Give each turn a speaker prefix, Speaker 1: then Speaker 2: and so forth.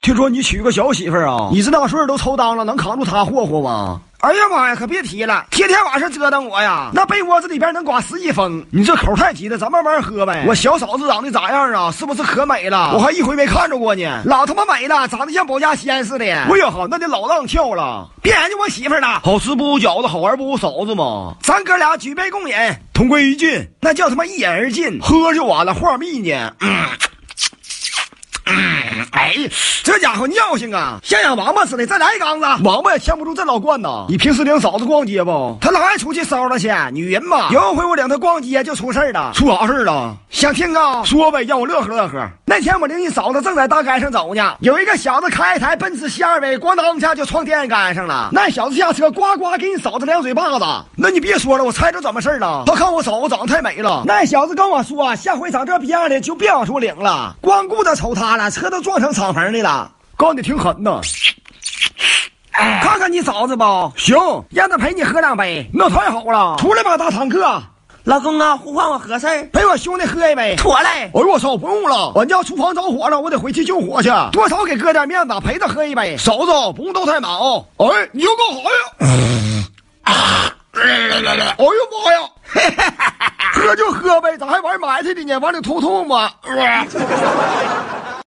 Speaker 1: 听说你娶个小媳妇儿啊？你这大顺儿都抽当了，能扛住她霍霍吗？
Speaker 2: 哎呀妈呀，可别提了，天天晚上折腾我呀！
Speaker 1: 那被窝子里边能刮十一风，你这口太急了，咱慢慢喝呗。我小嫂子长得咋样啊？是不是可美了？我还一回没看着过呢，
Speaker 2: 老他妈美了，长得像保家仙似的。
Speaker 1: 哎呀好，那得老浪跳了。
Speaker 2: 别研究我媳妇儿了，
Speaker 1: 好吃不如饺子，好玩不如勺子嘛。
Speaker 2: 咱哥俩举杯共饮，
Speaker 1: 同归于尽，
Speaker 2: 那叫他妈一饮而尽。
Speaker 1: 喝就完了，话密呢。
Speaker 2: 哎，这家伙尿性啊，像养王八似的。再来一缸子，
Speaker 1: 王八也牵不住这老罐子。你平时领嫂子逛街不？
Speaker 2: 她老爱出去骚了去，女人嘛。有一回我领她逛街就出事儿了，
Speaker 1: 出啥事儿了？
Speaker 2: 想听啊？
Speaker 1: 说呗，让我乐呵乐呵。
Speaker 2: 那天我领你嫂子正在大街上走呢，有一个小子开一台奔驰 CRV，咣当一下就撞电线杆上了。那小子下车，呱呱给你嫂子两嘴巴子。
Speaker 1: 那你别说了，我猜着怎么事儿了。他看我嫂子长得太美了，
Speaker 2: 那小子跟我说，啊下回长这逼样的就别往出领了，光顾着瞅他了，车都撞成敞篷的了。
Speaker 1: 告你挺狠呐。
Speaker 2: 看看你嫂子吧，
Speaker 1: 行，
Speaker 2: 让她陪你喝两杯，
Speaker 1: 那太好了。
Speaker 2: 出来吧，大堂客，
Speaker 3: 老公啊，呼唤我何事儿？
Speaker 2: 陪我兄弟喝一杯。
Speaker 3: 妥嘞。
Speaker 1: 哎呦我操，不用了，俺家厨房着火了，我得回去救火去。
Speaker 2: 多少给哥点面子，陪他喝一杯。
Speaker 1: 嫂子，不用倒太满啊。哎，你要干啥呀？哎呦妈呀！喝就喝呗，咋还玩埋汰的呢？往里吐吐沫。